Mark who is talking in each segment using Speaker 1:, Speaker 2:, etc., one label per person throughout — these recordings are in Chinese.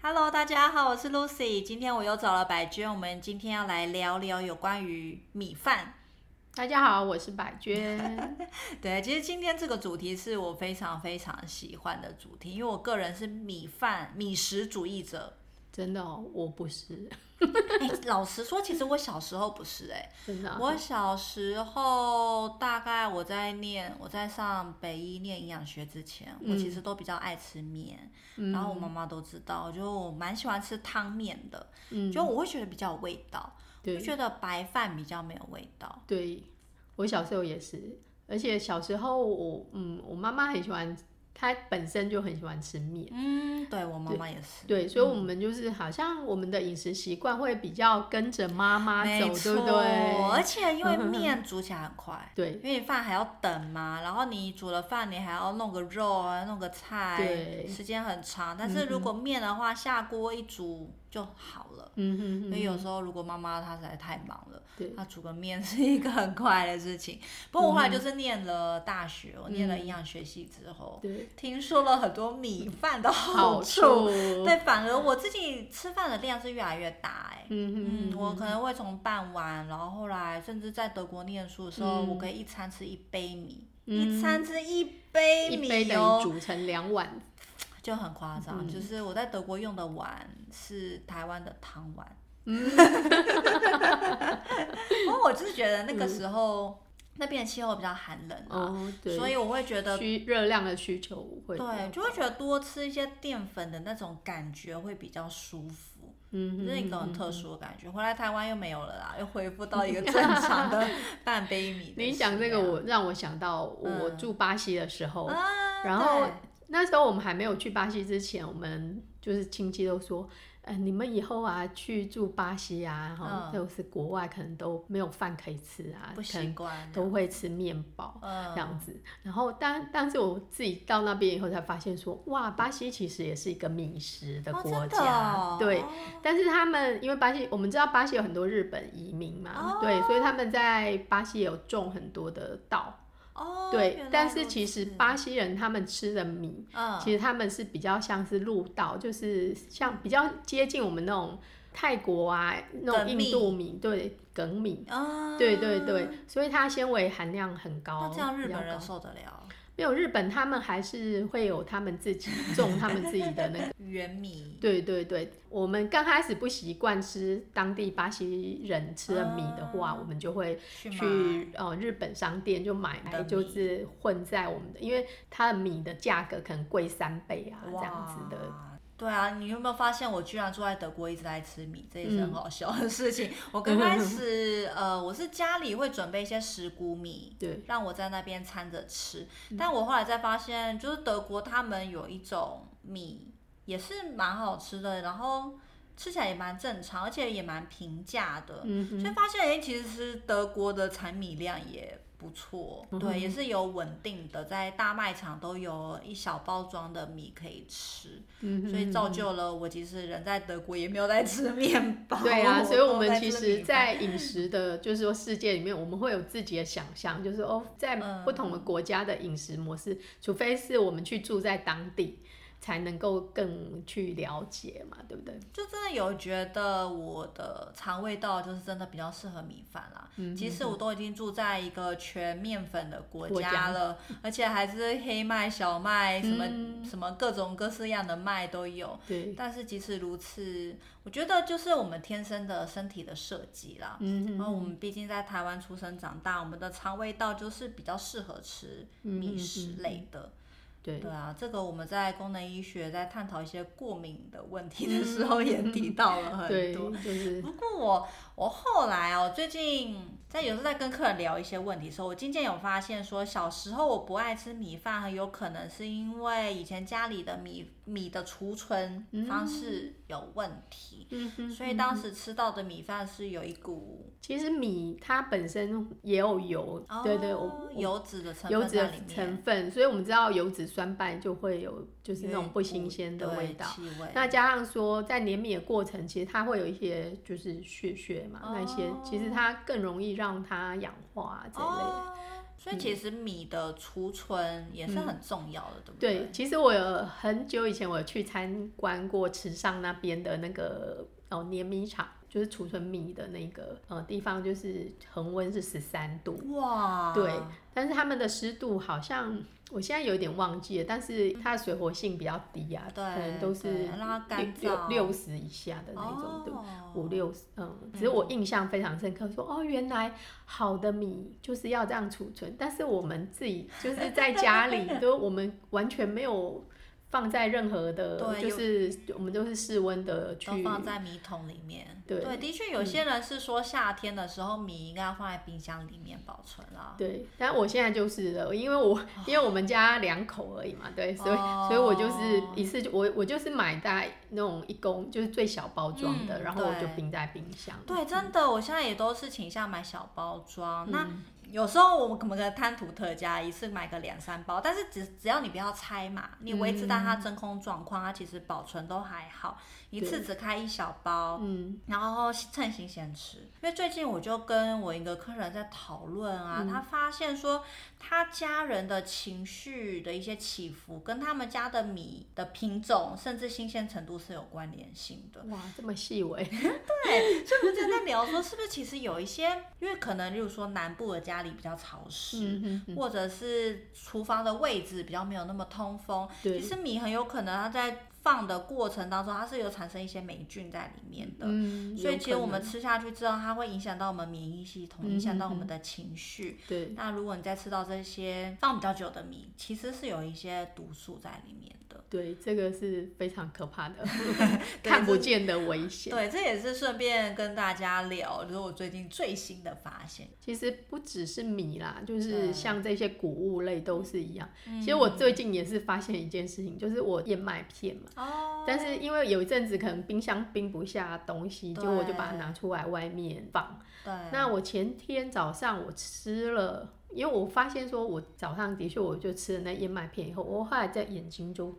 Speaker 1: Hello，大家好，我是 Lucy。今天我又找了百娟，我们今天要来聊聊有关于米饭。
Speaker 2: 大家好，我是百娟。
Speaker 1: 对，其实今天这个主题是我非常非常喜欢的主题，因为我个人是米饭米食主义者。
Speaker 2: 真的哦，我不是，
Speaker 1: 哎、老实说，其实我小时候不是哎、
Speaker 2: 真的啊、
Speaker 1: 我小时候大概我在念我在上北医念营养学之前，我其实都比较爱吃面，
Speaker 2: 嗯
Speaker 1: 然后我妈妈都知道，就我蛮喜欢吃汤面的，
Speaker 2: 嗯，
Speaker 1: 就我会觉得比较有味道，我
Speaker 2: 对
Speaker 1: 觉得白饭比较没有味道。
Speaker 2: 对，我小时候也是，而且小时候我嗯，我妈妈很喜欢，她本身就很喜欢吃面，
Speaker 1: 嗯，对我妈妈也是，
Speaker 2: 对，所以我们就是好像我们的饮食习惯会比较跟着妈妈走，
Speaker 1: 没
Speaker 2: 对
Speaker 1: 错
Speaker 2: 不，对？
Speaker 1: 而且因为面煮起来很快。
Speaker 2: 对
Speaker 1: 因为你饭还要等嘛，然后你煮了饭，你还要弄个肉啊，弄个菜，
Speaker 2: 对嗯
Speaker 1: 时间很长。但是如果面的话，下锅一煮就好了。
Speaker 2: 嗯哼
Speaker 1: 因
Speaker 2: 哼，
Speaker 1: 为有时候如果妈妈她实在太忙了，
Speaker 2: 对
Speaker 1: 她煮个面是一个很快的事 情。不过我后来
Speaker 2: 嗯
Speaker 1: 就是念了大学，我念了营养学系之后，
Speaker 2: 对，
Speaker 1: 听说了很多米饭的
Speaker 2: 好
Speaker 1: 处。
Speaker 2: 处，
Speaker 1: 对，反而我自己吃饭的量是越来越大哎、
Speaker 2: 嗯
Speaker 1: 嗯，
Speaker 2: 哼
Speaker 1: 我可能会从傍晚，然后后来甚至在德国念书的时候，
Speaker 2: 嗯
Speaker 1: 我可以一餐吃一杯米，
Speaker 2: 嗯
Speaker 1: 一餐吃一杯
Speaker 2: 一杯
Speaker 1: 米
Speaker 2: 等于
Speaker 1: 哦，
Speaker 2: 煮成两碗，
Speaker 1: 就很夸张。
Speaker 2: 嗯
Speaker 1: 就是我在德国用的碗是台湾的汤碗，
Speaker 2: 嗯，
Speaker 1: 不过我就是觉得那个时候、那边的气候比较寒冷啊，
Speaker 2: 嗯哦，对，
Speaker 1: 所以我会觉得。
Speaker 2: 需热量的需求会比较
Speaker 1: 对，就会觉得多吃一些淀粉的那种感觉会比较舒服，
Speaker 2: 嗯哼，
Speaker 1: 这是一个很
Speaker 2: 嗯
Speaker 1: 特殊的感觉。回来台湾又没有了啦，又恢复到一个正常 的半杯米的食量。
Speaker 2: 你讲这个，我让我想到我
Speaker 1: 嗯
Speaker 2: 我住巴西的时候，
Speaker 1: 啊，
Speaker 2: 然后
Speaker 1: 对
Speaker 2: 那时候我们还没有去巴西之前，我们就是亲戚都说，呃，你们以后啊去住巴西啊，哈、
Speaker 1: 嗯
Speaker 2: 就是国外可能都没有饭可以吃啊，
Speaker 1: 不
Speaker 2: 可
Speaker 1: 习
Speaker 2: 能
Speaker 1: 惯，
Speaker 2: 都会吃面包。
Speaker 1: 嗯
Speaker 2: 这样子，然后但但是我自己到那边以后才发现说，哇，巴西其实也是一个米食的
Speaker 1: 哦
Speaker 2: 国
Speaker 1: 真的
Speaker 2: 家，
Speaker 1: 哦
Speaker 2: 对。但是他们因为巴西，我们知道巴西有很多日本移民
Speaker 1: 哦
Speaker 2: 嘛，对，所以他们在巴西有种很多的稻，
Speaker 1: 哦，
Speaker 2: 对
Speaker 1: 原。来
Speaker 2: 但是
Speaker 1: 如
Speaker 2: 其实
Speaker 1: 此
Speaker 2: 巴西人他们吃的米，
Speaker 1: 嗯
Speaker 2: 其实他们是比较像是路稻，就是像比较接近我们那种泰国啊那
Speaker 1: 梗
Speaker 2: 种印度米，对，梗米。
Speaker 1: 啊，
Speaker 2: 对对对，所以它纤维含量很高。
Speaker 1: 那这样日
Speaker 2: 比较
Speaker 1: 本人
Speaker 2: 高
Speaker 1: 受得了
Speaker 2: 没有，日本他们还是会有他们自己种他们自己的那个。
Speaker 1: 原米
Speaker 2: 对对对，我们刚开始不习惯吃当地巴西人吃的米的话，
Speaker 1: 啊
Speaker 2: 我们就会
Speaker 1: 去买
Speaker 2: 去呃日本商店就买
Speaker 1: 的
Speaker 2: 来，
Speaker 1: 米
Speaker 2: 就是混在我们的，因为它的米的价格可能贵三倍啊这样子的。
Speaker 1: 哇对啊，你有没有发现我居然住在德国一直在吃米，这也是很
Speaker 2: 嗯
Speaker 1: 好笑的事情。我刚开始呃，我是家里会准备一些石谷米，
Speaker 2: 对，
Speaker 1: 让我在那边掺着吃。
Speaker 2: 嗯
Speaker 1: 但我后来才发现，就是德国他们有一种米也是蛮好吃的，然后吃起来也蛮正常，而且也蛮平价的。
Speaker 2: 嗯
Speaker 1: 所以发现，哎、其实德国的产米量也不错，
Speaker 2: 嗯
Speaker 1: 对，也是有稳定的，在大卖场都有一小包装的米可以吃，
Speaker 2: 嗯哼，
Speaker 1: 所以造就了我其实人在德国也没有在吃面包。
Speaker 2: 对啊，所以我
Speaker 1: 都
Speaker 2: 们
Speaker 1: 在
Speaker 2: 其
Speaker 1: 吃
Speaker 2: 实，
Speaker 1: 米
Speaker 2: 在饮食的，就是说世界里面，我们会有自己的想象，就是哦，在
Speaker 1: 嗯
Speaker 2: 不同的国家的饮食模式，除非是我们去住在当地，才能够更去了解嘛，对不对？
Speaker 1: 就真的有觉得我的肠胃道就是真的比较适合米饭啦。
Speaker 2: 嗯
Speaker 1: 其实我都已经住在一个全面粉的国
Speaker 2: 国
Speaker 1: 家
Speaker 2: 家
Speaker 1: 了， 而且还是黑麦、小麦什么、
Speaker 2: 嗯
Speaker 1: 什么各种各式样的麦都有。
Speaker 2: 对，
Speaker 1: 但是即使如此，我觉得就是我们天生的身体的设计啦。
Speaker 2: 嗯
Speaker 1: 然后我
Speaker 2: 哼，
Speaker 1: 们毕竟在台湾出生长大，我们的肠胃道就是比较适合吃米食类的。
Speaker 2: 嗯对，
Speaker 1: 对啊，这个我们在功能医学在探讨一些过敏的问题的时候也提到了很
Speaker 2: 嗯对，
Speaker 1: 多。
Speaker 2: 就是
Speaker 1: 不过我我后来哦，最近在有时候在跟客人聊一些问题的时候，我渐渐有发现说，小时候我不爱吃米饭，很有可能是因为以前家里的米米的储存方式有问题，
Speaker 2: 嗯哼，
Speaker 1: 所以当时吃到的米饭是有一股
Speaker 2: 其实米它本身也有油，
Speaker 1: 哦
Speaker 2: 对对，我
Speaker 1: 油脂的成
Speaker 2: 油
Speaker 1: 分
Speaker 2: 脂
Speaker 1: 在
Speaker 2: 的
Speaker 1: 里面，
Speaker 2: 成分，所以我们知道油脂酸败就会有就是那种不新鲜的
Speaker 1: 对
Speaker 2: 味道。
Speaker 1: 气味
Speaker 2: 那加上说，在碾米的过程，其实它会有一些就是血血嘛，
Speaker 1: 哦
Speaker 2: 那些其实它更容易让它氧化、啊、这一类的。
Speaker 1: 哦所以其实米的储存也是很重要的，对不
Speaker 2: 嗯对，其实我有很久以前我有去参观过池上那边的那个哦碾米厂，就是储存米的那个呃地方，就是恒温是十三度，
Speaker 1: 哇，
Speaker 2: 对，但是他们的湿度好像我现在有点忘记了，但是它的水活性比较低啊，
Speaker 1: 对
Speaker 2: 可能都是
Speaker 1: 对让它干
Speaker 2: 六
Speaker 1: 燥
Speaker 2: 六十以下的那种，对，
Speaker 1: 哦
Speaker 2: 五六十，嗯，只是我印象非常深刻，说哦，原来好的米就是要这样储存，但是我们自己就是在家里， 就是我们完全没有放在任何的，
Speaker 1: 对
Speaker 2: 就是我们都是室温的去
Speaker 1: 都放在米桶里面。
Speaker 2: 对嗯
Speaker 1: 的确有些人是说夏天的时候米应该要放在冰箱里面保存啦。
Speaker 2: 对，但我现在就是了，因为
Speaker 1: 哦
Speaker 2: 我因为我们家两口而已嘛，对，所以、所以我
Speaker 1: 哦
Speaker 2: 就是一次就我我就是买大概那种一公就是最小包装的，
Speaker 1: 嗯
Speaker 2: 然后我
Speaker 1: 对
Speaker 2: 就冰在冰箱。
Speaker 1: 对，真的，我现在也都是倾向买小包装。那有时候我们可能贪图特价，一次买个两三包，但是只只要你不要拆嘛，你维持到它真空状况，它其实保存都还好。一次只开一小包，
Speaker 2: 嗯，
Speaker 1: 然后趁新鲜吃。因为最近我就跟我一个客人在讨论啊，他发现说他家人的情绪的一些起伏，跟他们家的米的品种甚至新鲜程度是有关联性的。
Speaker 2: 哇，这么细微，
Speaker 1: 对，所以我们 就在聊说，是不是其实有一些，因为可能例如说南部的家里比较潮湿。
Speaker 2: 嗯哼，
Speaker 1: 或者是厨房的位置比较没有那么通风，其
Speaker 2: 对，
Speaker 1: 实米很有可能它在放的过程当中，它是有产生一些霉菌在里面的。
Speaker 2: 嗯，
Speaker 1: 所以
Speaker 2: 有
Speaker 1: 其实
Speaker 2: 可
Speaker 1: 我们
Speaker 2: 能
Speaker 1: 吃下去之后，它会影响到我们免疫系统，
Speaker 2: 嗯
Speaker 1: 影响到
Speaker 2: 嗯
Speaker 1: 我们的情绪。
Speaker 2: 对，
Speaker 1: 那如果你再吃到这些放比较久的米，其实是有一些毒素在里面的。，
Speaker 2: 对，这个是非常可怕的
Speaker 1: 对
Speaker 2: 看不
Speaker 1: 这
Speaker 2: 见的危险。
Speaker 1: 对，这也是顺便跟大家聊，就是我最近最新的发现。
Speaker 2: 其实不只是米啦，就
Speaker 1: 对
Speaker 2: 是像这些谷物类都是一样。
Speaker 1: 嗯
Speaker 2: 其实我最近也是发现一件事情，就是我燕麦片嘛，
Speaker 1: 哦，
Speaker 2: 但是因为有一阵子可能冰箱冰不下东西，
Speaker 1: 对
Speaker 2: 就我就把它拿出来外面放。
Speaker 1: 对，
Speaker 2: 那我前天早上我吃了，因为我发现说我早上的确我就吃了那燕麦片以后，我后来在眼睛就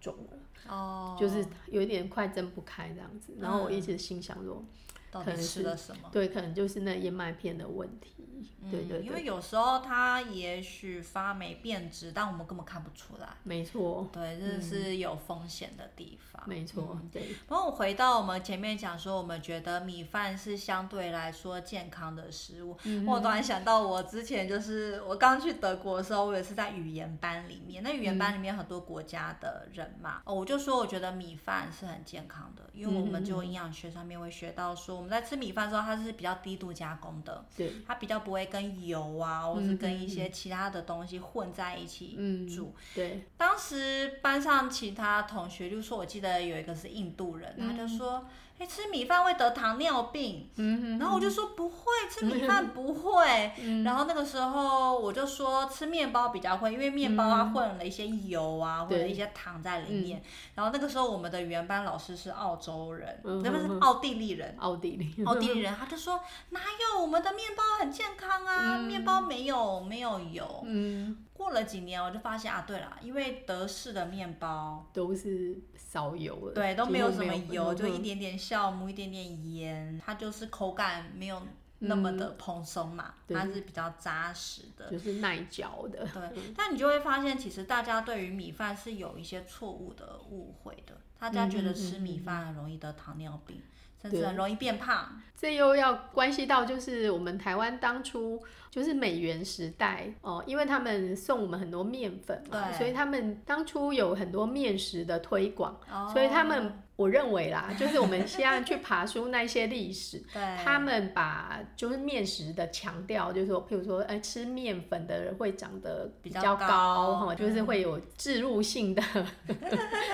Speaker 2: 肿了。
Speaker 1: 哦，
Speaker 2: 就是有一点快睁不开这样子，然后我
Speaker 1: 嗯
Speaker 2: 一直心想说，
Speaker 1: 到
Speaker 2: 可
Speaker 1: 底
Speaker 2: 能
Speaker 1: 吃
Speaker 2: 是
Speaker 1: 了什么？
Speaker 2: 对，可能就是那燕麦片的问题，对对
Speaker 1: 嗯，因
Speaker 2: 对，
Speaker 1: 为有时候它也许发霉变质，但我们根本看不出来。
Speaker 2: 没错，
Speaker 1: 对，这是有风险的地方。
Speaker 2: 没错，
Speaker 1: 嗯
Speaker 2: 对，
Speaker 1: 然后回到我们前面讲说，我们觉得米饭是相对来说健康的食物。
Speaker 2: 嗯
Speaker 1: 我突然想到，我之前就是我刚去德国的时候，我也是在语言班里面，那语言班里面很多国家的人嘛，哦，我就说我觉得米饭是很健康的，因为我们
Speaker 2: 嗯
Speaker 1: 就营养学上面会学到说，我们在吃米饭的时候，它是比较低度加工的，
Speaker 2: 对，
Speaker 1: 它比较不会跟油啊，或是
Speaker 2: 嗯
Speaker 1: 跟
Speaker 2: 嗯
Speaker 1: 一些其他的东西混在一起
Speaker 2: 嗯，
Speaker 1: 煮。
Speaker 2: 对，
Speaker 1: 当时班上其他同学就说，我记得有一个是印度人，他就说：“哎、吃米饭会得糖尿病。
Speaker 2: 嗯
Speaker 1: 然后我就说：“不会，吃米饭不会。
Speaker 2: 嗯
Speaker 1: 然后那个时候我就说：“吃面包比较会，因为面包它混了一些油啊，或
Speaker 2: 对
Speaker 1: 者一些糖在里面。然后那个时候我们的原班老师是澳洲人，
Speaker 2: 嗯
Speaker 1: 那、边
Speaker 2: 嗯
Speaker 1: 是
Speaker 2: 嗯
Speaker 1: 奥地利人。
Speaker 2: 哼，奥地利，
Speaker 1: 奥地利人他就说：“哪有我们的面包很健康啊，面包没有没有油。”
Speaker 2: 嗯，
Speaker 1: 过了几年，我就发现啊，对了，因为德式的面包，
Speaker 2: 都是少油的，
Speaker 1: 对，都
Speaker 2: 几乎
Speaker 1: 没有什么
Speaker 2: 没
Speaker 1: 油，
Speaker 2: 有嗯
Speaker 1: 就一点点酵母，一点点盐，它就是口感没有那么的蓬松嘛，
Speaker 2: 嗯对
Speaker 1: 它是比较扎实的。
Speaker 2: 就是耐嚼的，
Speaker 1: 对，但你就会发现，其实大家对于米饭是有一些错误的误会的，大家觉得吃米饭很容易得糖尿病，甚至
Speaker 2: 对
Speaker 1: 很容易变胖。
Speaker 2: 这又要关系到，就是我们台湾当初就是美元时代哦、因为他们送我们很多面粉嘛，
Speaker 1: 对
Speaker 2: 所以他们当初有很多面食的推广，
Speaker 1: 哦
Speaker 2: 所以他们我认为啦，就是我们现在去爬书那一些历史，
Speaker 1: 对，
Speaker 2: 他们把就是面食的强调，就是说，譬如说，哎、吃面粉的人会长得
Speaker 1: 比
Speaker 2: 比
Speaker 1: 较
Speaker 2: 较
Speaker 1: 高嗯
Speaker 2: 高，哈、就是会有植入性的，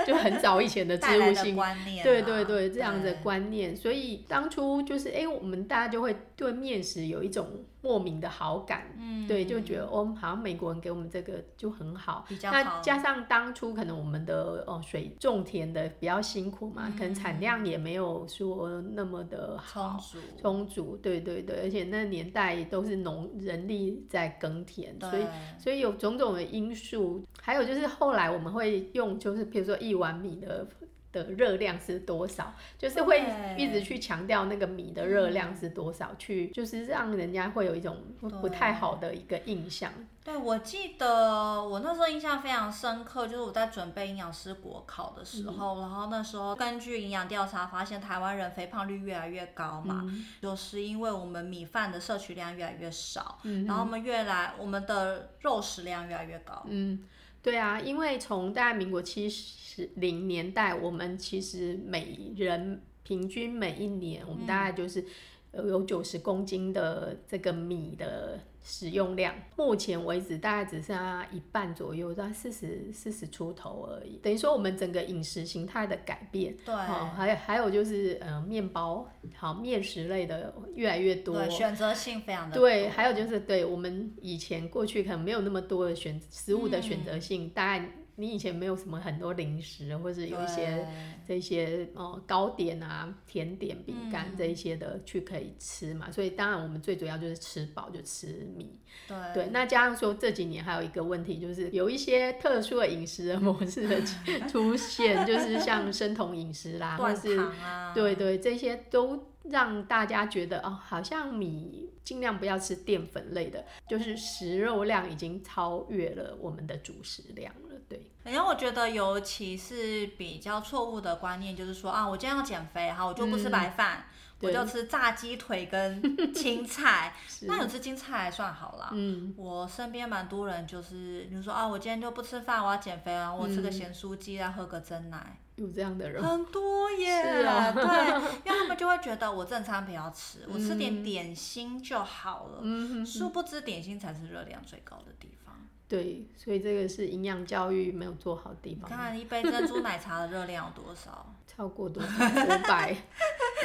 Speaker 2: 就很早以前的
Speaker 1: 带
Speaker 2: 植
Speaker 1: 来
Speaker 2: 入
Speaker 1: 的
Speaker 2: 性
Speaker 1: 观念啊，
Speaker 2: 对对对，这样的
Speaker 1: 对
Speaker 2: 观念，所以当初就是哎、诶我们大家就会对面食有一种莫名的好感，
Speaker 1: 嗯
Speaker 2: 对，就觉得哦，好像美国人给我们这个就很好。
Speaker 1: 比较
Speaker 2: 那
Speaker 1: 好。
Speaker 2: 加上当初可能我们的哦水种田的比较辛苦嘛，可能产量也没有说那么的
Speaker 1: 嗯充
Speaker 2: 好。
Speaker 1: 足，
Speaker 2: 充足，对对对，而且那年代都是农人力在耕田，所以
Speaker 1: 对
Speaker 2: 所以有种种的因素，还有就是后来我们会用，就是比如说一碗米的的热量是多少，就是会
Speaker 1: 对
Speaker 2: 一直去强调那个米的热量是多少，去就是让人家会有一种不不太好的一个印象。
Speaker 1: 对，我记得我那时候印象非常深刻，就是我在准备营养师国考的
Speaker 2: 嗯
Speaker 1: 时候，然后那时候根据营养调查发现，台湾人肥胖率越来越高嘛，
Speaker 2: 嗯
Speaker 1: 就是因为我们米饭的摄取量越来越少，
Speaker 2: 嗯
Speaker 1: 然后我们越来我们的肉食量越来越高，
Speaker 2: 嗯，对啊，因为从大概民国七十零年代，我们其实每人平均每一年，我们大概就是呃有九十公斤的这个米的使用量。目前为止，大概只剩下一半左右，在四十四十出头而已。等于说，我们整个饮食形态的改变。
Speaker 1: 对。
Speaker 2: 哦，还有还有就是，呃，面包，好面食类的越来越多，
Speaker 1: 对，选择性非常的
Speaker 2: 对，
Speaker 1: 多
Speaker 2: 还有就是，对我们以前过去可能没有那么多的选食物的选择
Speaker 1: 嗯
Speaker 2: 性，大概你以前没有什么很多零食，或者有一些这些哦糕点啊、甜点、饼
Speaker 1: 嗯
Speaker 2: 干这一些的去可以吃嘛。所以当然我们最主要就是吃饱就吃米。
Speaker 1: 对对
Speaker 2: 对，那加上说这几年还有一个问题，就是有一些特殊的饮食的模式的 出现，就是像生酮饮食啦，或
Speaker 1: 断
Speaker 2: 是
Speaker 1: 糖啊，
Speaker 2: 对对，这些都让大家觉得哦，好像米尽量不要吃淀粉类的，就是食肉量已经超越了我们的主食量了。对，
Speaker 1: 然后我觉得，尤其是比较错误的观念，就是说啊，我今天要减肥，好，我就不吃白饭，我
Speaker 2: 嗯对
Speaker 1: 就吃炸鸡腿 跟青菜。
Speaker 2: 是，
Speaker 1: 那有吃青菜还算好啦。
Speaker 2: 嗯，
Speaker 1: 我身边蛮多人就是，比如说啊，我今天就不吃饭，我要减肥啊，我吃
Speaker 2: 嗯
Speaker 1: 个咸酥鸡啊，喝个真奶，
Speaker 2: 有这样的人，
Speaker 1: 很多耶。
Speaker 2: 是啊
Speaker 1: 对，因为他们就会觉得我正餐不要吃，我吃点
Speaker 2: 嗯
Speaker 1: 点心就好了。
Speaker 2: 嗯，
Speaker 1: 殊不知点心才是热量最高的地方。
Speaker 2: 对，所以这个是营养教育没有做好的地
Speaker 1: 你
Speaker 2: 方，
Speaker 1: 看一杯珍珠奶茶的热量有多少？
Speaker 2: 超过多少五 百，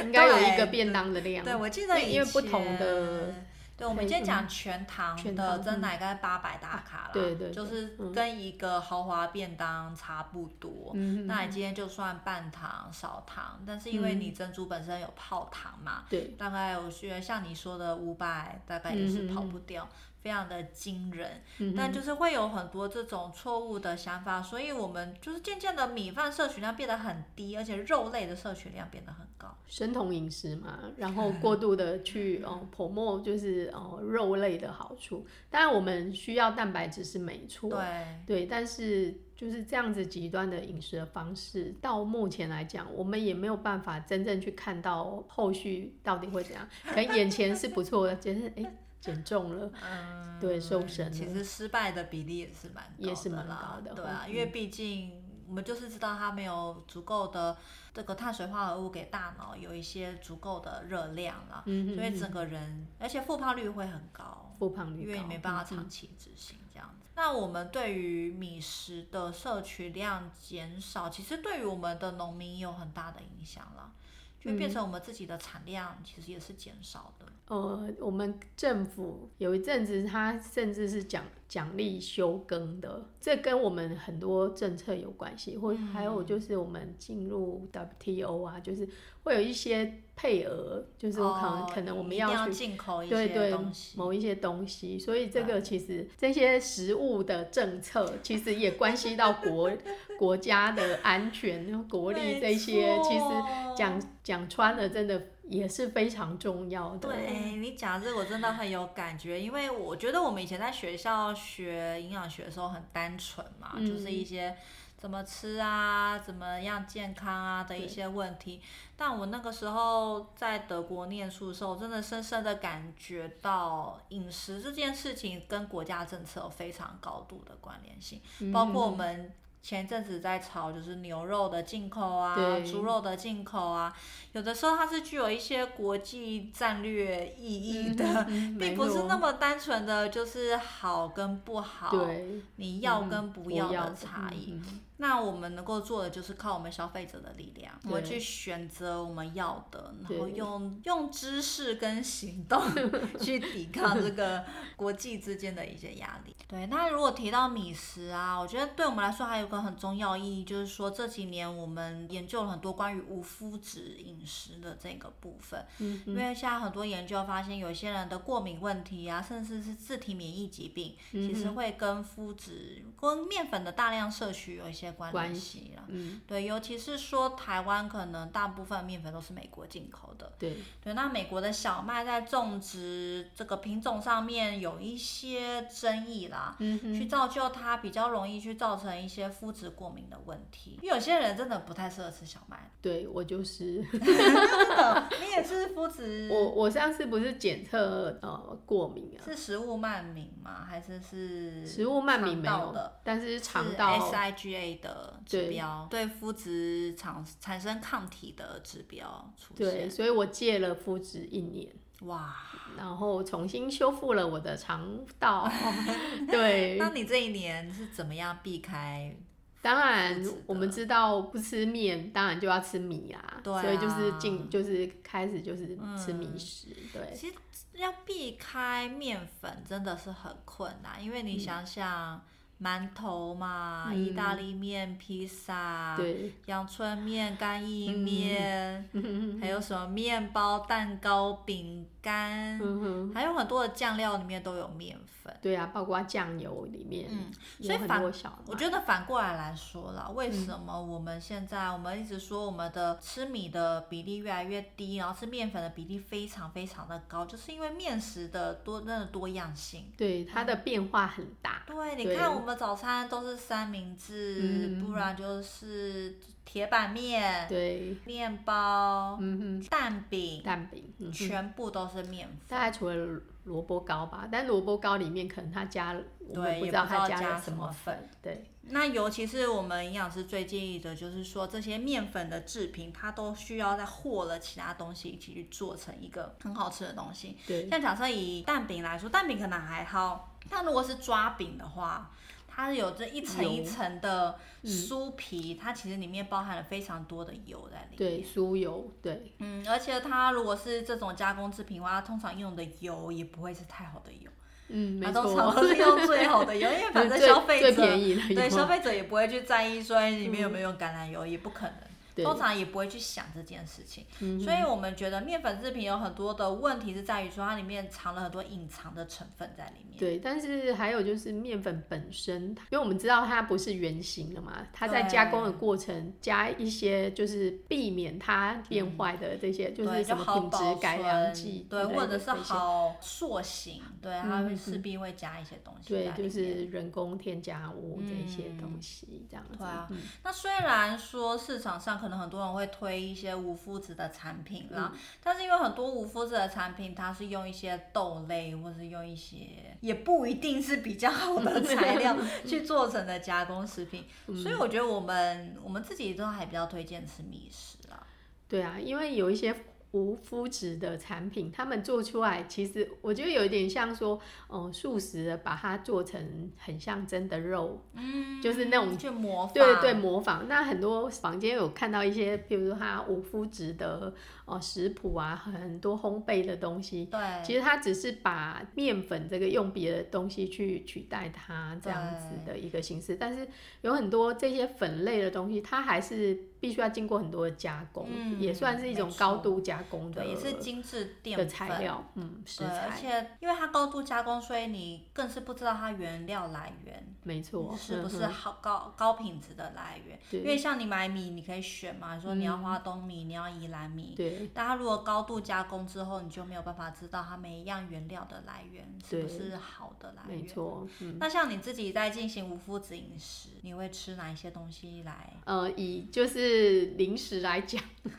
Speaker 2: 应该有一个便当的量。
Speaker 1: 对，我记得
Speaker 2: 因为
Speaker 1: 以
Speaker 2: 因为不同的
Speaker 1: 前。对，我们今天讲全糖
Speaker 2: 全
Speaker 1: 的
Speaker 2: 糖嗯啊
Speaker 1: 真奶，大概八百大卡啦，
Speaker 2: 对对对
Speaker 1: 就是跟一个豪华便当差不多。
Speaker 2: 嗯，
Speaker 1: 那你今天就算半糖少糖，但是因为你珍珠本身有泡糖嘛，
Speaker 2: 对，
Speaker 1: 大概我觉得像你说的五百，大概也是跑不掉，非常的惊人。
Speaker 2: 嗯
Speaker 1: 但就是会有很多这种错误的想法，所以我们就是渐渐的米饭摄取量变得很低，而且肉类的摄取量变得很高。
Speaker 2: 生酮饮食嘛，然后过度的去哦 promote 就是哦肉类的好处，当然我们需要蛋白质是没错，
Speaker 1: 对，
Speaker 2: 对，但是就是这样子极端的饮食的方式，到目前来讲，我们也没有办法真正去看到后续到底会怎样。可能眼前是不错的，只是哎减重了，
Speaker 1: 嗯，
Speaker 2: 对瘦身
Speaker 1: 其实失败的比例也是蛮高的啦
Speaker 2: 也是蛮高的
Speaker 1: 对啊，
Speaker 2: 嗯
Speaker 1: 因为毕竟我们就是知道它没有足够的这个碳水化合物给大脑有一些足够的热量啦，
Speaker 2: 嗯
Speaker 1: 所以整个人而且复胖率会很高，
Speaker 2: 复胖率
Speaker 1: 因
Speaker 2: 高，嗯
Speaker 1: 为你没办法长期执行这样子。那我们对于米食的摄取量减少，其实对于我们的农民也有很大的影响啦。就
Speaker 2: 嗯
Speaker 1: 变成我们自己的产量其实也是减少的，
Speaker 2: 呃，我们政府有一阵子，它甚至是奖奖励休耕的，这跟我们很多政策有关系，或
Speaker 1: 嗯
Speaker 2: 还有就是我们进入 WTO 啊，就是会有一些配额，就是我可能、
Speaker 1: 哦
Speaker 2: 可能我们
Speaker 1: 一定
Speaker 2: 要
Speaker 1: 要
Speaker 2: 去
Speaker 1: 进口一
Speaker 2: 对
Speaker 1: 些
Speaker 2: 对
Speaker 1: 东西，
Speaker 2: 某一些东西，所以这个其实这些食物的政策其实也关系到 国国家的安全、国力这些，其实讲讲穿了，真的也是非常重要的。
Speaker 1: 对你讲这个我真的很有感觉，因为我觉得我们以前在学校学营养学的时候很单纯嘛，
Speaker 2: 嗯
Speaker 1: 就是一些怎么吃啊、怎么样健康啊的一
Speaker 2: 对
Speaker 1: 些问题。但我那个时候在德国念书的时候，我真的深深的感觉到饮食这件事情跟国家政策有非常高度的关联性，
Speaker 2: 嗯
Speaker 1: 包括我们。前阵子在炒就是牛肉的进口啊，
Speaker 2: 对
Speaker 1: 猪肉的进口啊，有的时候它是具有一些国际战略意义的，
Speaker 2: 嗯
Speaker 1: 并
Speaker 2: 没
Speaker 1: 不是
Speaker 2: 错
Speaker 1: 那么单纯的就是好跟不好，
Speaker 2: 对嗯
Speaker 1: 你要跟不要
Speaker 2: 的
Speaker 1: 的差异。。
Speaker 2: 嗯嗯
Speaker 1: 那我们能够做的就是靠我们消费者的力量，
Speaker 2: 对
Speaker 1: 我去选择我们要的，然后
Speaker 2: 对
Speaker 1: 用用知识跟行 动去抵抗这个国际之间的一些压力。对，那如果提到米食啊，我觉得对我们来说还有一个很重要意义，就是说这几年我们研究了很多关于无麸质饮食的这个部分，
Speaker 2: 嗯
Speaker 1: 因为现在很多研究发现，有些人的过敏问题啊，甚至是
Speaker 2: 嗯
Speaker 1: 自体免疫疾病，其实会跟麸质、跟面粉的大量摄取有一些些关
Speaker 2: 关
Speaker 1: 系啦。
Speaker 2: 嗯，
Speaker 1: 对，尤其是说台湾可能大部分面粉都是美国进口的，
Speaker 2: 对，
Speaker 1: 对，那美国的小麦在种植这个品种上面有一些争议啦，
Speaker 2: 嗯
Speaker 1: 去
Speaker 2: 哼，
Speaker 1: 造就它比较容易去造成一些麸质过敏的问题。因为有些人真的不太适合吃小麦，
Speaker 2: 对我就是
Speaker 1: 真的，你也是麸质，
Speaker 2: 我，我上次不是检测呃过敏啊，
Speaker 1: 是食物慢敏吗？还是是
Speaker 2: 食物慢敏没
Speaker 1: 嗯肠道
Speaker 2: 有
Speaker 1: 的？，
Speaker 2: 但是肠
Speaker 1: 是
Speaker 2: 道
Speaker 1: SIGA 的指标，对麸质产产生抗体的指标出
Speaker 2: 对，
Speaker 1: 现，啊
Speaker 2: 所以我戒了麸质一年。
Speaker 1: 哇！
Speaker 2: 然后重新修复了我的肠 道。对，
Speaker 1: 那你这一年是怎么样避开？
Speaker 2: 当 然
Speaker 1: 不止的
Speaker 2: 我们知道不吃面，当然就要吃米啦。
Speaker 1: 对啊嗯
Speaker 2: 所以就是进就是开始就是吃米食。对，
Speaker 1: 其实要避开面粉真的是很困难，因为你想想，馒头嘛，
Speaker 2: 嗯
Speaker 1: 意大利面、披萨，
Speaker 2: 对，嗯
Speaker 1: 阳春面、干意面，还有什么面包、蛋糕、饼干，
Speaker 2: 嗯哼，
Speaker 1: 还有很多的酱料里面都有面粉。
Speaker 2: 对啊，包括酱油里面，
Speaker 1: 嗯，
Speaker 2: 有
Speaker 1: 所以
Speaker 2: 很
Speaker 1: 反
Speaker 2: 多小
Speaker 1: 我觉得反过来来说啦，
Speaker 2: 嗯
Speaker 1: 为什么我们现在、我们一直说我们的吃米的比例越来越低，然后吃面粉的比例非常非常的高，就是因为面食的多真的多样性。
Speaker 2: 对它的变化很大。
Speaker 1: 对，你
Speaker 2: 对
Speaker 1: 看我们早餐都是三明治，
Speaker 2: 嗯
Speaker 1: 不然就是铁板面、
Speaker 2: 对，
Speaker 1: 面包、
Speaker 2: 嗯
Speaker 1: 蛋饼
Speaker 2: 哼，，蛋饼，嗯哼。
Speaker 1: 全部都是面
Speaker 2: 大
Speaker 1: 粉。
Speaker 2: 概除了萝卜糕吧，但萝卜糕里面可能它加了，我
Speaker 1: 对
Speaker 2: 们不
Speaker 1: 也不知
Speaker 2: 知
Speaker 1: 道
Speaker 2: 它
Speaker 1: 加
Speaker 2: 了
Speaker 1: 什么
Speaker 2: 么
Speaker 1: 粉
Speaker 2: 粉。对，
Speaker 1: 那尤其是我们营养师最建议的，就是说这些面粉的制品，它都需要再和了其他东西一起去做成一个很好吃的东西。
Speaker 2: 对，
Speaker 1: 像假设以蛋饼来说，蛋饼可能还好，但如果是抓饼的话，它有这一层
Speaker 2: 油嗯
Speaker 1: 一层的酥皮，它其实里面包含了非常多的油在里面。
Speaker 2: 对，酥油，对，
Speaker 1: 嗯，而且它如果是这种加工制品的话，它通常用的油也不会是太好的油，
Speaker 2: 嗯，没
Speaker 1: 它
Speaker 2: 错，
Speaker 1: 通 常啊都是用最好的油，因为反正
Speaker 2: 最
Speaker 1: 消费
Speaker 2: 最
Speaker 1: 者
Speaker 2: 便宜的油，
Speaker 1: 对，消费者也不会去在意说哎里面有没有用橄榄油，也不可能，
Speaker 2: 嗯对
Speaker 1: 通常也不会去想这件事情。
Speaker 2: 嗯
Speaker 1: 所以我们觉得面粉制品有很多的问题是在于说它里面藏了很多隐藏的成分在里面。
Speaker 2: 对，但是还有就是面粉本身，因为我们知道它不是圆形的嘛，它在加工的过程加一些就是避免它变坏的这些，就
Speaker 1: 嗯对，
Speaker 2: 是
Speaker 1: 就
Speaker 2: 什么
Speaker 1: 好
Speaker 2: 品
Speaker 1: 保
Speaker 2: 质
Speaker 1: 存，
Speaker 2: 改良剂之
Speaker 1: 对，
Speaker 2: 类的这些，
Speaker 1: 或者是好塑形，对，它
Speaker 2: 嗯
Speaker 1: 会
Speaker 2: 嗯
Speaker 1: 势必会加一些东西
Speaker 2: 对
Speaker 1: 在，里
Speaker 2: 就
Speaker 1: 面。
Speaker 2: 是人工添加物这些东西这样子。
Speaker 1: 嗯对啊，那虽然说市场上可能很多人会推一些无麸质的产品啦，
Speaker 2: 嗯
Speaker 1: 但是因为很多无麸质的产品，它是用一些豆类或是用一些也不一定是比较好的材 料
Speaker 2: 嗯
Speaker 1: 去做成的加工食品，所以我觉得我们我们自己都还比较推荐吃米食啦。
Speaker 2: 对啊，因为有一些无麸质的产品，他们做出来其实我觉得有一点像说，嗯、素食的把它做成很像真的肉，
Speaker 1: 嗯，
Speaker 2: 就是那种
Speaker 1: 去模仿，
Speaker 2: 对对，模仿。那很多房间有看到一些，比如说它无麸质的哦、呃食谱啊，很多烘焙的东西。
Speaker 1: 对
Speaker 2: 其实它只是把面粉这个用别的东西去取代它这样子的一个形式，但是有很多这些粉类的东西，它还是必须要经过很多的加工，
Speaker 1: 嗯
Speaker 2: 也算是一种
Speaker 1: 没错
Speaker 2: 高度加工的
Speaker 1: 对，也是精致淀
Speaker 2: 的
Speaker 1: 粉
Speaker 2: 材料，嗯，食
Speaker 1: 对，而
Speaker 2: 材，
Speaker 1: 且因为它高度加工，所以你更是不知道它原料来源。
Speaker 2: 没错，
Speaker 1: 是不
Speaker 2: 嗯
Speaker 1: 是好高高品质的来源？
Speaker 2: 对
Speaker 1: 因为像你买米，你可以选嘛，说你要
Speaker 2: 嗯
Speaker 1: 花东米，你要宜兰米。
Speaker 2: 对
Speaker 1: 但它如果高度加工之后，你就没有办法知道它每一样原料的来源是不
Speaker 2: 对
Speaker 1: 是好的来
Speaker 2: 没
Speaker 1: 源。
Speaker 2: 错，嗯。
Speaker 1: 那像你自己在进行无麸质饮食，你会吃哪一些东西来？
Speaker 2: 呃，以就是零食来讲，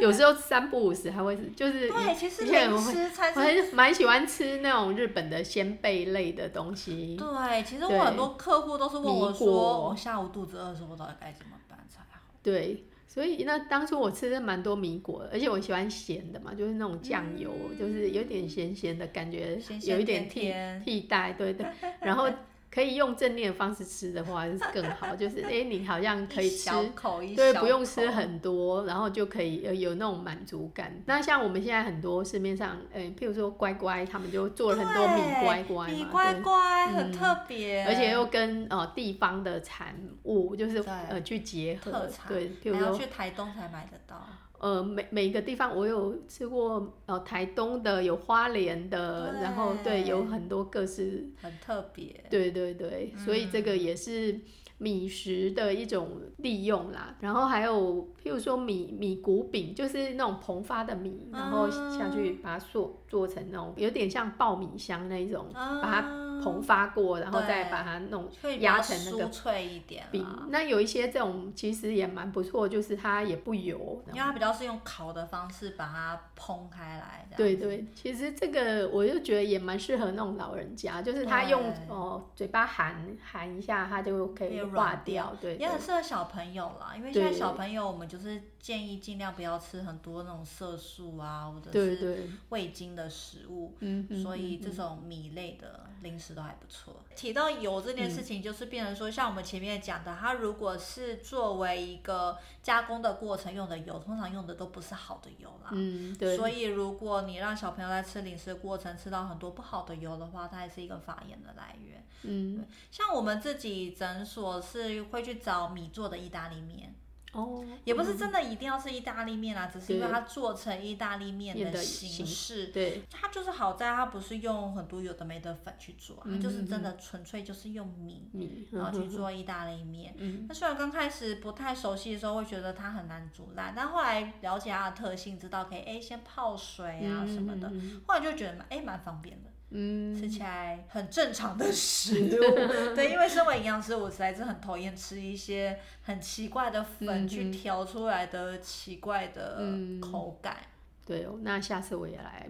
Speaker 2: 有时候三不五时还会是就是
Speaker 1: 对，其实
Speaker 2: 以前
Speaker 1: 零
Speaker 2: 我会
Speaker 1: 食才
Speaker 2: 我
Speaker 1: 是。
Speaker 2: 还是蛮喜欢吃那种日本的鲜贝类的东西。
Speaker 1: 对，其实
Speaker 2: 对
Speaker 1: 我很多客户都是问我
Speaker 2: 米
Speaker 1: 说，
Speaker 2: 果
Speaker 1: 我下午肚子饿的时候，我到底该怎么办才好？
Speaker 2: 对，所以那当初我吃的蛮多米果的，而且我喜欢咸的嘛，就是那种酱油，就是有点咸咸的感觉，
Speaker 1: 嗯咸
Speaker 2: 有
Speaker 1: 咸
Speaker 2: 一点替
Speaker 1: 甜甜
Speaker 2: 替代，对对。然后可以用正念的方式吃的话是更好，就是哎、你好像可以
Speaker 1: 一
Speaker 2: 吃
Speaker 1: 小口一
Speaker 2: 对，
Speaker 1: 小
Speaker 2: 不用吃
Speaker 1: 口
Speaker 2: 很多，然后就可以呃有那种满足感。那像我们现在很多市面上，呃，譬如说乖乖，他们就做了很多米
Speaker 1: 对
Speaker 2: 乖乖
Speaker 1: 米
Speaker 2: 嘛，
Speaker 1: 乖
Speaker 2: 对。嗯
Speaker 1: 乖很特别，
Speaker 2: 而且又跟呃地方的产物就是
Speaker 1: 对
Speaker 2: 呃去结合
Speaker 1: 特，产，
Speaker 2: 对，譬如
Speaker 1: 还要
Speaker 2: 说
Speaker 1: 去台东才买得到，
Speaker 2: 呃每每一个地方我有吃过呃台东的有花莲的，然后对
Speaker 1: 对
Speaker 2: 有很多各式
Speaker 1: 很特别。
Speaker 2: 对对对，所以这个也是米食的一种利用啦。然后还有譬如说米米谷饼，就是那种膨发的米，然后下去把它做做成那种有点像爆米香那一种，
Speaker 1: 啊，
Speaker 2: 把它膨发过，然后再
Speaker 1: 对
Speaker 2: 把它弄
Speaker 1: 可以
Speaker 2: 压
Speaker 1: 把它
Speaker 2: 成那个
Speaker 1: 酥脆一点
Speaker 2: 饼
Speaker 1: 啦。。
Speaker 2: 那有一些这种其实也蛮不错，就是它也不油，
Speaker 1: 因为它比较是用烤的方式把它烹开来，这样
Speaker 2: 对
Speaker 1: 子，
Speaker 2: 对，其实这个我就觉得也蛮适合那种老人家，就是他用
Speaker 1: 对
Speaker 2: 哦嘴巴含含一下，他就可以
Speaker 1: 也
Speaker 2: 化
Speaker 1: 软
Speaker 2: 掉。对
Speaker 1: 也
Speaker 2: 对
Speaker 1: 很适合小朋友啦。因为现在
Speaker 2: 对
Speaker 1: 小朋友，我们就是建议尽量不要吃很多那种色素啊，或者是
Speaker 2: 对对，
Speaker 1: 味精的食物。
Speaker 2: 嗯，嗯
Speaker 1: 所以
Speaker 2: 嗯
Speaker 1: 这种米类的零食都还不错。提到油这
Speaker 2: 嗯
Speaker 1: 件事情，就是变成说，像我们前面讲的，它如果是作为一个加工的过程用的油，通常用的都不是好的油啦。
Speaker 2: 嗯对，
Speaker 1: 所以如果你让小朋友在吃零食的过程吃到很多不好的油的话，它也是一个发炎的来源。
Speaker 2: 嗯
Speaker 1: 像我们自己诊所是会去找米做的意大利面，
Speaker 2: 哦，
Speaker 1: 也不是真的一定要是意大利面啦，只是因为
Speaker 2: 对
Speaker 1: 它做成意大利面
Speaker 2: 面
Speaker 1: 的
Speaker 2: 的
Speaker 1: 形
Speaker 2: 形
Speaker 1: 式
Speaker 2: 嗯。对
Speaker 1: 它就是好在它不是用很多有的没的粉去做，啊它
Speaker 2: 嗯
Speaker 1: 就是真的纯粹就是用米，
Speaker 2: 米，
Speaker 1: 然后去
Speaker 2: 嗯
Speaker 1: 做意大利面。
Speaker 2: 嗯
Speaker 1: 那虽然刚开始不太熟悉的时候会觉得它很难煮烂，但后来了解它的特性，知道可以哎先泡水啊什么的，，
Speaker 2: 嗯
Speaker 1: 后来就觉得蛮哎蛮方便的，
Speaker 2: 嗯
Speaker 1: 吃起来很正常的食物。 对，因为身为营养师，我实在是很讨厌吃一些很奇怪的粉、
Speaker 2: 嗯
Speaker 1: 去调出来的奇怪的
Speaker 2: 嗯
Speaker 1: 口感，
Speaker 2: 对哦，那下次我也来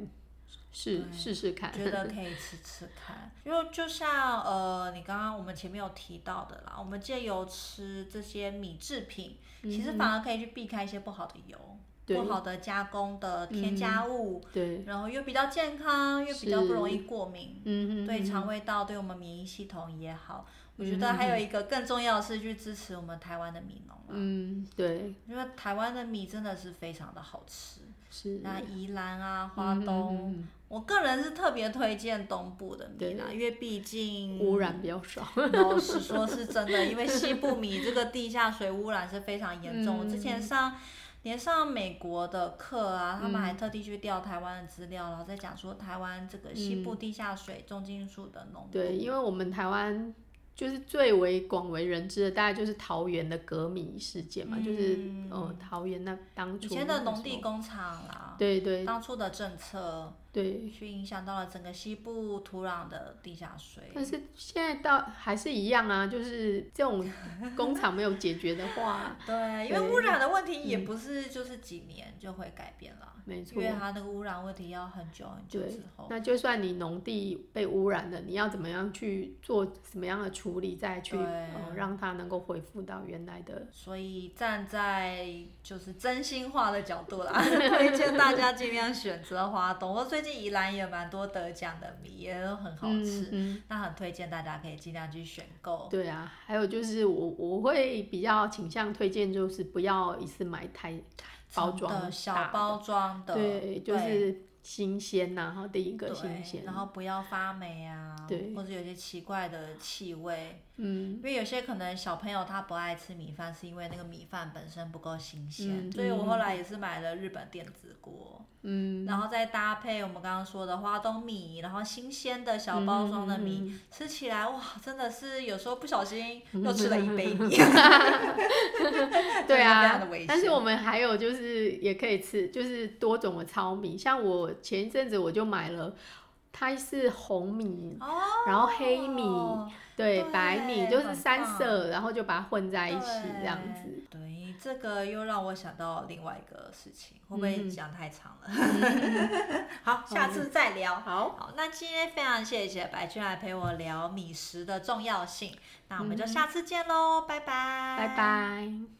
Speaker 2: 试
Speaker 1: 对
Speaker 2: 试试看。
Speaker 1: 觉得可以吃吃看，因为就像呃，你刚刚我们前面有提到的啦，我们借由吃这些米制品，其实反而可以去避开一些不好的油、
Speaker 2: 嗯对嗯
Speaker 1: 不好的加工的添加物，
Speaker 2: 对，
Speaker 1: 然后又比较健康，又比较不容易过敏，
Speaker 2: 嗯嗯，
Speaker 1: 对
Speaker 2: 嗯
Speaker 1: 肠胃道、对我们免疫系统也好。我觉
Speaker 2: 嗯
Speaker 1: 得
Speaker 2: 嗯
Speaker 1: 还有一个更重要的是去支持我们台湾的米农啦，
Speaker 2: 嗯对
Speaker 1: 因为台湾的米真的是非常的好吃。
Speaker 2: 是
Speaker 1: 那宜兰啊、花
Speaker 2: 嗯嗯嗯
Speaker 1: 东，
Speaker 2: 嗯
Speaker 1: 我个人是特别推荐东部的米
Speaker 2: 对
Speaker 1: 啦，因为毕
Speaker 2: 嗯
Speaker 1: 竟
Speaker 2: 污。染比较少。
Speaker 1: 老实说是真的，因为西部米这个地下水污染是非常严重。我之
Speaker 2: 嗯
Speaker 1: 前上连上美国的课啊，他们
Speaker 2: 嗯
Speaker 1: 还特地去调台湾的资料，然后再讲说台湾这个西部地下水重金属的浓度。
Speaker 2: 嗯对，因为我们台湾就是最为广为人知的，大概就是桃园的革米事件嘛，就是
Speaker 1: 嗯
Speaker 2: 呃桃园那当初
Speaker 1: 以前的
Speaker 2: 那个
Speaker 1: 农啊
Speaker 2: 时
Speaker 1: 地
Speaker 2: 候，
Speaker 1: 工厂啦、
Speaker 2: 对对
Speaker 1: 当初的政策
Speaker 2: 对。
Speaker 1: 去影响到了整个西部土壤的地下水。
Speaker 2: 但是现在到还是一样啊，就是这种工厂没有解决的 话，
Speaker 1: 对，因为
Speaker 2: 对嗯
Speaker 1: 污染的问题也不是就是几年就会改变了，
Speaker 2: 没
Speaker 1: 因
Speaker 2: 错
Speaker 1: 为，它那个污染问题要很久很久
Speaker 2: 对
Speaker 1: 之后。
Speaker 2: 那就算你农地被污染了，你要怎么样去做什么样的处理，再去
Speaker 1: 对
Speaker 2: 呃让它能够恢复到原来的，
Speaker 1: 所以站在就是真心话的角度啦， 推荐大家尽量选择花东。我最近宜兰也蛮多得奖的米，也都很好吃，哦
Speaker 2: 嗯嗯
Speaker 1: 那很推荐大家可以尽量去选购。
Speaker 2: 对啊，还有就是我我会比较倾向推荐，就是不要一次买太包装
Speaker 1: 真
Speaker 2: 大
Speaker 1: 的
Speaker 2: 的
Speaker 1: 小包装的，
Speaker 2: 对，就
Speaker 1: 对
Speaker 2: 是新鲜呐、然后第一个新
Speaker 1: 对，
Speaker 2: 鲜，
Speaker 1: 然后不要发霉啊，
Speaker 2: 对
Speaker 1: 或者有些奇怪的气味。
Speaker 2: 嗯，
Speaker 1: 因为有些可能小朋友他不爱吃米饭，是因为那个米饭本身不够新鲜，
Speaker 2: 嗯
Speaker 1: 所以我后来也是买了日本电子锅，
Speaker 2: 嗯，
Speaker 1: 然后再搭配我们刚刚说的花东米，然后新鲜的小包
Speaker 2: 嗯
Speaker 1: 装的米，吃起来哇，真的是有时候不小心又吃了一杯米，
Speaker 2: 嗯 对
Speaker 1: 非常的
Speaker 2: 啊
Speaker 1: 危险，
Speaker 2: 但是我们还有就是也可以吃，就是多种的糙米，像我前一阵子我就买了，它是红米，
Speaker 1: 哦，
Speaker 2: 然后黑米，对，
Speaker 1: 对
Speaker 2: 白米，就是
Speaker 1: 很
Speaker 2: 三
Speaker 1: 棒
Speaker 2: 色，然后就把它混在一起
Speaker 1: 对
Speaker 2: 这样子。。
Speaker 1: 对，这个又让我想到另外一个事情，会不会讲太长了？ 好，下次再聊。
Speaker 2: 嗯好，
Speaker 1: 好，那今天非常谢谢白君来陪我聊米食的重要性，那我们就下次见喽，拜拜，
Speaker 2: 嗯拜拜。